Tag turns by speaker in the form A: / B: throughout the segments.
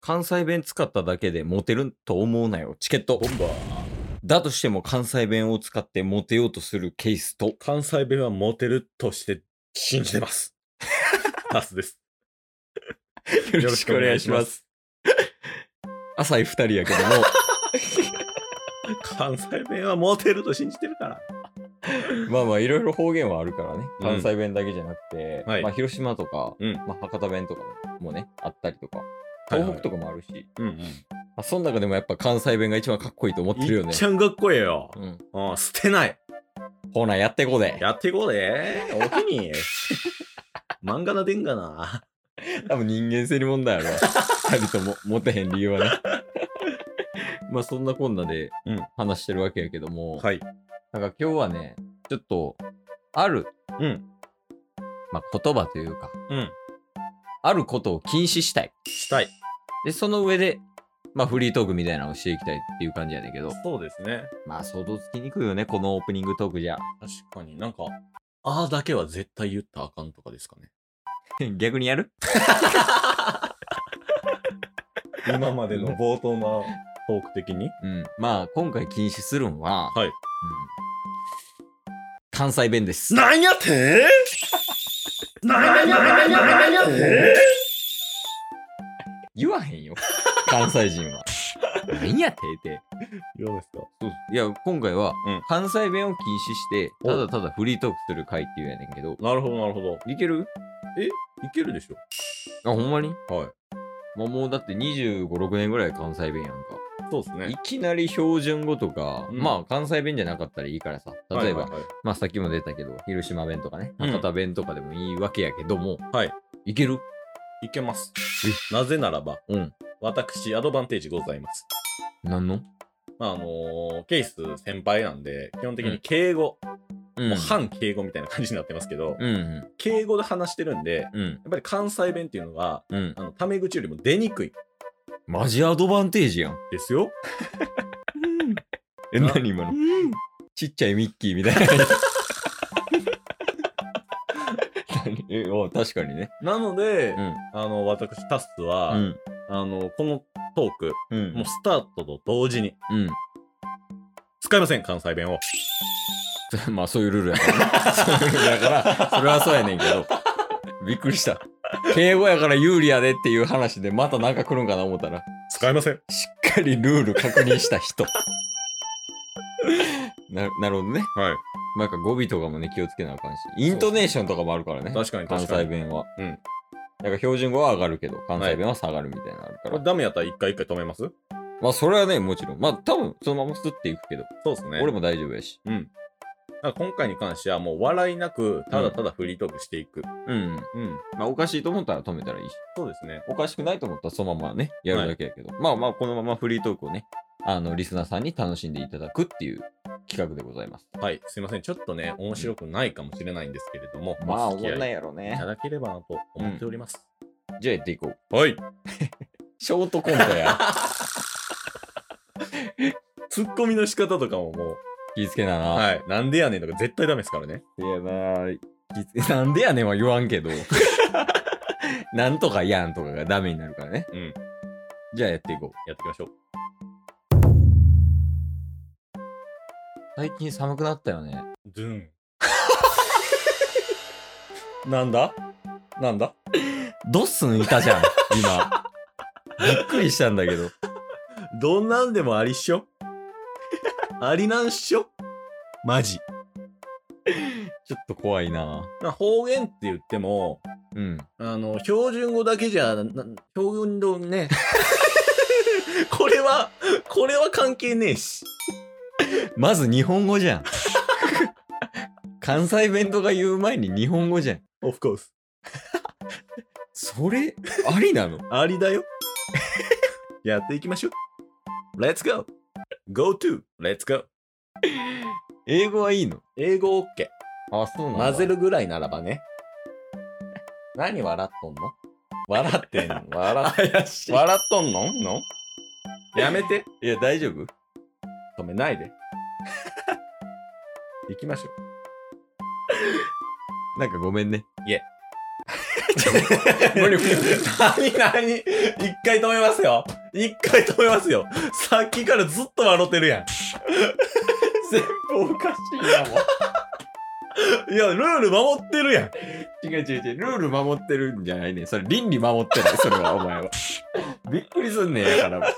A: 関西弁使っただけでモテると思うなよ。チケット。ボンバー。だとしても関西弁を使ってモテようとするケースと。
B: 関西弁はモテるとして信じて ます。タスです。
A: よ。
B: ろしくお願いします
A: 浅い二人やけども、
B: 関西弁はモテると信じてるから。
A: まあまあいろいろ方言はあるからね。
B: うん
A: 関西弁だけじゃなくて、
B: はい
A: まあ広島とか、
B: うん
A: まあ博多弁とかもね、あったりとか、
B: はい
A: 東北とかもあるし、
B: うんうん。
A: まあその中でもやっぱ関西弁が一番かっこいいと思ってるよ
B: い
A: ね
B: っ。ちゃんかっこええよ。
A: うん。
B: うん、捨てない。
A: ほな、やっていこうで。
B: やっていこうで。 おきに。漫画なでんがな。
A: 多分人間性に問題あ るわ。二人ともモテへん理由はね。 まあそんなこんなで
B: うん
A: 話してるわけやけども、
B: はい。
A: なんか今日はね、ちょっと、ある、
B: うん。
A: まあ言葉というか、
B: うん。
A: あることを禁止したい。
B: したい。
A: で、その上で、まあフリートークみたいなのをしていきたいっていう感じやねんけど、
B: そうですね。
A: まあ想像つきにくいよね、このオープニングトークじゃ。
B: 確かになんか、あーだけは絶対言ったらあかんとかですかね。
A: 逆にやる
B: 今までの冒頭のトーク的に。
A: うん。まあ今回禁止するんは、
B: はい
A: うん、関西弁です。
B: なんやてなんやなんやなんやて
A: 言わへんよ。関西人 は。何やてって。
B: 言わですか
A: いや、今回は、
B: うん
A: 関西弁を禁止して、
B: お
A: ただただフリートークする回っていうやねんけど、
B: なるほどなるほど。
A: いける
B: いけるでしょ
A: あ、ほんまに
B: はい。
A: もうもうだって25、6年ぐらい関西弁やんか。
B: そうです
A: い。きなり標準語とか、
B: うん
A: まあ関西弁じゃなかったらいいからさ、例えば、
B: はいはいはい
A: まあさっきも出たけど、広島弁とかね、
B: うん
A: 博多弁とかでもいいわけやけども、
B: はい。
A: いける
B: いけます。なぜならば、
A: うん。
B: 私、アドバンテージございます。
A: なんの
B: まあ、あのーケイス先輩なんで、基本的
A: う
B: に
A: ん
B: 敬語、
A: うん
B: もう反敬語みたいな感じになってますけど、
A: うんうん
B: 敬語で話してるんで、や
A: うん
B: っぱり関西弁っていうのは、
A: うん。
B: あの、タメ口よりも出にくい
A: マジアドバンテージやん。
B: ですよ。
A: え、
B: な
A: 何今のちっちゃいミッキーみたいな感じ。何 えお確かにね。
B: なので、
A: うん。
B: あの、私、タスは、
A: うん。
B: あの、このトーク、
A: うん
B: もうスタートと同時に、
A: うん。
B: 使いません、関西弁を。
A: そ まあ、そういうルールやからね。 そういうルールやから、それはそうやねんけど。びっくりした。敬語やから有利やでっていう話で、またなんか来るんかな思ったら、
B: 使いません。
A: しっかりルール確認した人。 ななるほどね。
B: は
A: なんか語尾とかもね、気をつけなあかんし。イントネーションとかもあるからね。
B: 確かに
A: 関
B: 確か
A: 西
B: に。
A: 弁は。
B: うん。
A: なんか標準語は上がるけど、関西弁は下がるみたいなのあるか
B: こ
A: ら。
B: れダメやったら一回一回止めます
A: まあ、それはね、もちろん。まあ、多分、そのままスッていくけど、
B: そうですね。
A: 俺も大丈夫やし。
B: うん。だから今回に関してはもう笑いなく、ただただフリートークしていく。
A: うん。
B: うん。
A: まあ、おかしいと思ったら止めたらいいし、
B: そうですね。
A: おかしくないと思ったらそのままね、やるだけやけど。まあまあ、このままフリートークをね、あの、リスナーさんに楽しんでいただくっていう企画でございます。
B: はい。すいません。ちょっとね、面白くないかもしれないんですけれども、
A: まあ、
B: お付
A: 思
B: き
A: んな
B: 合
A: い
B: い
A: やろ
B: い
A: ね
B: た。だければなと思っております。
A: じゃあやっていこう。
B: はい。
A: ショートコントや。
B: ツッコミの仕方とかもも
A: 気ぃつけな な。
B: う、はい。なんでやねんとか絶対ダメですからね。
A: いやなぁ気ぃつ、 なんでやねんは言わんけど。 なんとかやんとかがダメになるからね。
B: うん。
A: じゃあやっていこう。
B: やっていきましょう。
A: 最近寒くなったよね。
B: ドゥ ン。なんだなんだ
A: ドッスンいたじゃん、今。 びっくりしたんだけど。
B: どんなんでもありっし ょありなんっしょマジ。
A: ちょっと怖いな
B: まあ方言って言っても、
A: うん。
B: あの、標準語だけじゃ、な標準語ね。 これは、これは関係ねえし。
A: まず日本語じゃん。 関西弁とか言う前に日本語じゃん。
B: Of course.
A: それ、ありなの
B: ありだよ。やっていきましょう。Let's go!Go to! Let's go!
A: 英語はいいの
B: 英語 OK。
A: あ、そうなの
B: 混ぜ。るぐらいならばね。何笑っとんの笑ってん の笑っ
A: 怪しい。
B: 笑っとんのんのやめ て。
A: いや、大丈夫
B: 止 めないで。行きましょう。
A: なんかごめんね。
B: いえ。
A: 無理無理。
B: 何何一回止めますよ。一回止めますよ。さっきからずっと笑ってるや
A: 全部おかしいな、も
B: ん。いや、ルール守ってるやん。
A: う。違う違う違う。ルール守ってるんじゃないね。それ、倫理守ってない、それは、お前は。 びっくりすんねん、やから。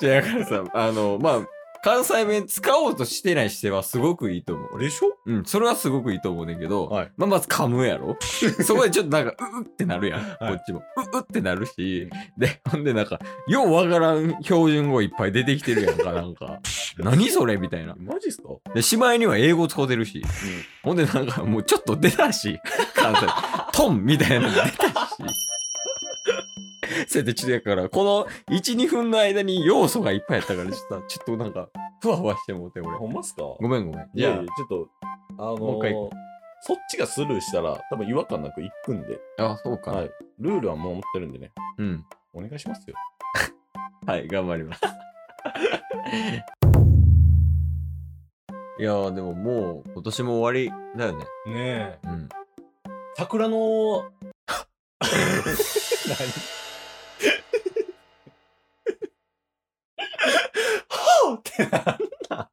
A: じゃあ、やからさ、あの、まあ、関西弁使おうとしてない姿勢はすごくいいと思う。
B: でしょ
A: うん、それはすごくいいと思うねんけど、
B: はい
A: まあ、まず噛むや ろそこでちょっとなんか、ううってなるやん、
B: い
A: こっちも。ううってなるし、で、ほんでなんか、ようわからん標準語いっぱい出てきてるやんか、なんか。何それみたいな。
B: マジっすか
A: で、しまいには英語使うてるし、ほんでなんかもうちょっと出たし、関 西、トンみたいなの出たし。そうやってちょっとやから、この1、2分の間に要素がいっぱいやったから、ちょっと、ちょっとなんか、ふわふわしてもうて、俺。
B: ほんまっすか
A: ごめんごめん。
B: い
A: じ
B: やい
A: ゃ
B: や、ちょっと、あのー
A: もう一回行
B: そっちがスルーしたら、多分違和感なくいくんで、
A: あ、あ、そうか。
B: はい。ルールはもう持ってるんでね、
A: うん。
B: お願いしますよ。
A: はい、頑張ります。いやー、でももう今年も終わりだよね。
B: ねえ。
A: うん。
B: 桜の、何はぁってな。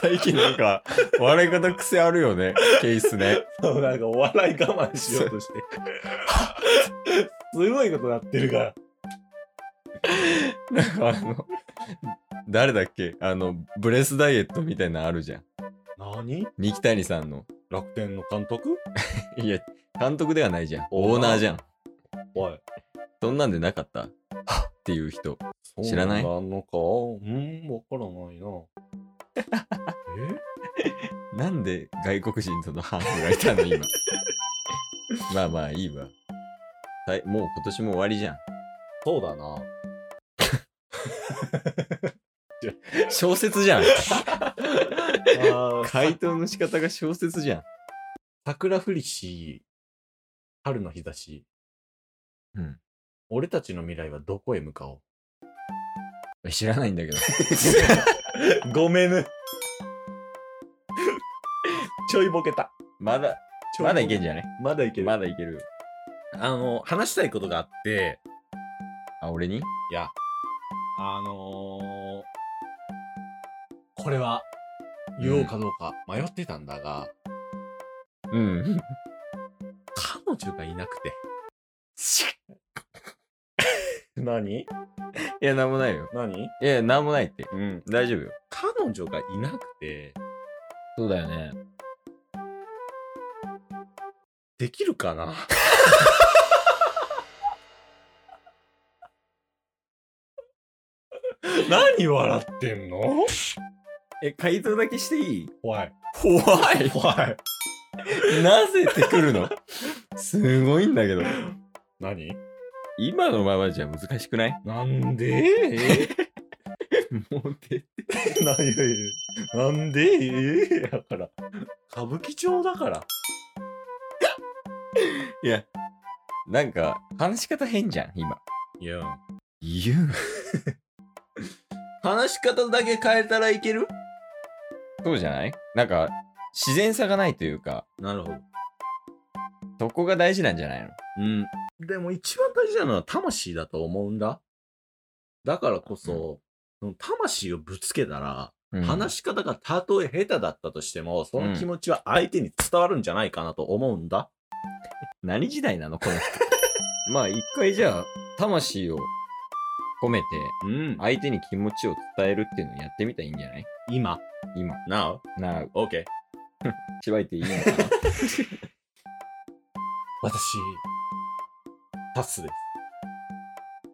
A: 最近なんか、笑い方癖あるよね、ケースね。
B: そうなんかお笑い我慢しようとして。すごいことなってるから。
A: なんかあの、誰だっけあの、ブレスダイエットみたいなのあるじゃん。
B: 何
A: 三木谷さんの。
B: 楽天の監督
A: いや、監督ではないじゃん。
B: オ
A: オ
B: ー
A: ー
B: ナー
A: ナーじゃん。
B: おい。
A: そんなんでなかったっていう人。知らない
B: そうなんのかうん、わからないな。 え
A: なんで外国人とのハーフがいたの今。 まあまあいいわ。はい、もう今年も終わりじゃん。
B: そうだな。
A: 小説じゃん。
B: あー
A: 回答の仕方が小説じゃん。
B: 桜降りし、春の日差し。
A: うん。
B: 俺たちの未来はどこへ向かおう
A: 知らないんだけど。
B: ごめんね。ちょいボケた。
A: まだ、
B: ちょ
A: まだいけ
B: ん
A: んじゃね
B: まだいける。
A: まだいける。
B: あの、話したいことがあって、
A: あ、俺に
B: いや、あのー、これは言おうかどうか迷ってたんだが、
A: うん。
B: 彼女がいなくて。 何
A: いや、なんもないよ。
B: 何
A: いや、なんもないって。うん。大丈夫よ。
B: 彼女がいなくて、
A: そうだよね。
B: できるか な何笑ってんの
A: え、回答だけしていい
B: 怖い。
A: 怖い
B: 怖い。
A: なぜってくるのすごいんだけど。
B: 何
A: 今のままじゃ難しくない
B: なん で
A: もうで、
B: なんやいやいやなんでやから。歌舞伎町だから。
A: いや、なんか、話し方変じゃん、今。
B: いや。
A: 言う。
B: 話し方だけ変えたらいける
A: そうじゃないなんか、自然さがないというか、
B: なるほど。
A: そこが大事なんじゃないの
B: うん。でも一番大事なのは魂だと思うんだ。だからこそ、その魂をぶつけたら、
A: うん
B: 話し方がたとえ下手だったとしても、その気持ちは相手に伝わるんじゃないかなと思うんだ。
A: 何時代なのこの人。 まあ一回じゃあ、魂を込めて、
B: うん
A: 相手に気持ちを伝えるっていうのをやってみたらいいんじゃない
B: 今、
A: 今。
B: now,
A: なあ、
B: OK。
A: しばいていいのかな
B: 私、パスです。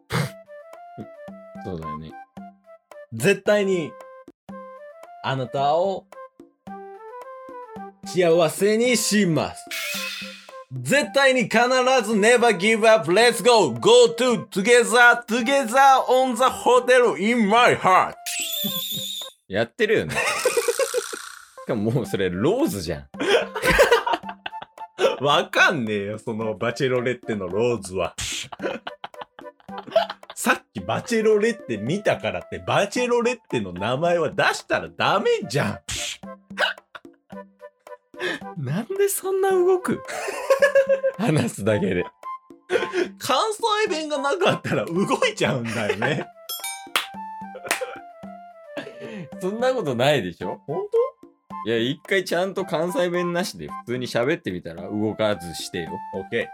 A: そうだよね。
B: 絶対に、あなたを、幸せにします。絶対に必ず Never give up, let's go, go to together, together on the hotel in my heart.
A: やってるよ ね。しかももうそれ、ローズじゃん。
B: わかんねえよ、そのバチェロレッテのローズは。 さっきバチェロレッテ見たからって、バチェロレッテの名前は出したらダメ じゃん。
A: なんでそんな動く話すだけで。
B: 関西弁がなかったら動いちゃうんだよ ね。
A: そんなことないでしょ
B: 本
A: いや、一回ちゃんと関西弁なしで普通に喋ってみたら動かずしてよ。
B: 当 ?OK。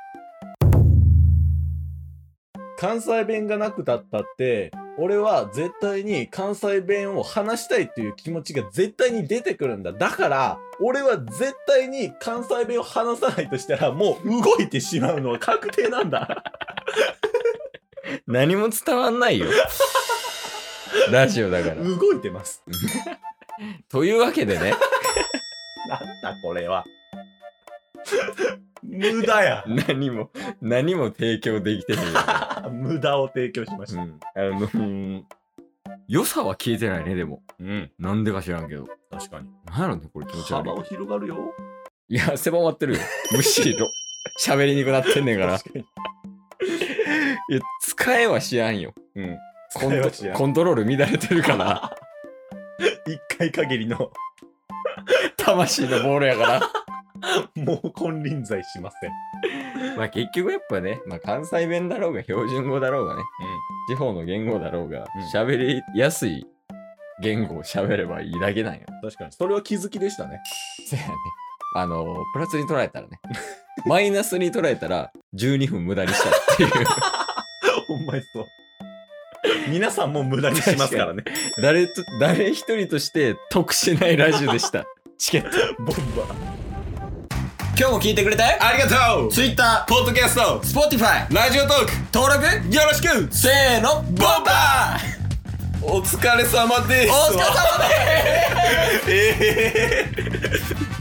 B: 関西弁がなくたったって、俺は絶対に関西弁を話したいっていう気持ちが絶対に出てくるんだ。だから、俺は絶対に関西弁を話さないとしたら、もう動いてしまうのは確定なんだ。
A: 何も伝わんないよ。 ラジオだから。
B: 動いてます。
A: というわけでね、
B: なんだこれは。 無駄や。
A: 何も、何も提供できてないよね、
B: 無駄を提供しまし
A: う
B: た。
A: ん。あのー良さは消えてないね、でも。
B: うん、
A: なんでか知らんけど。
B: 確かに。
A: なんやろね、これ気持ち悪い
B: 幅。を広がるよ。
A: いや、狭まってるよ。むしろ。喋りにくなってんねんから。
B: 確かに。
A: いや、使えはしやんよ。
B: うん。
A: コント
B: 使えはしやん
A: コントロール乱れてる から。
B: 一回限りの、
A: 魂のボールやから。
B: もう金輪際しません。
A: まあ結局やっぱね、まあ、関西弁だろうが標準語だろうがね、地方の言語だろうが
B: うん
A: 喋、りやすい言語を喋ればいいだけなんよ。
B: 確かに。それは気づきでしたね。
A: そうやね。あのプラスに捉えたらね マイナスに捉えたら12分無駄にしたっていう
B: ほんまにそう。皆さんも無駄にしますからね。
A: 誰と誰一人として得しないラジオでしたチケット
B: ボンバー。
A: 今日も聞いてくれて
B: ありがとう
A: Twitter、
B: ポッドキャスト、
A: Spotify
B: ラジオトーク、
A: 登録
B: よろしく
A: せーのボンバー
B: お疲れ様です
A: お疲れ様です
B: ええ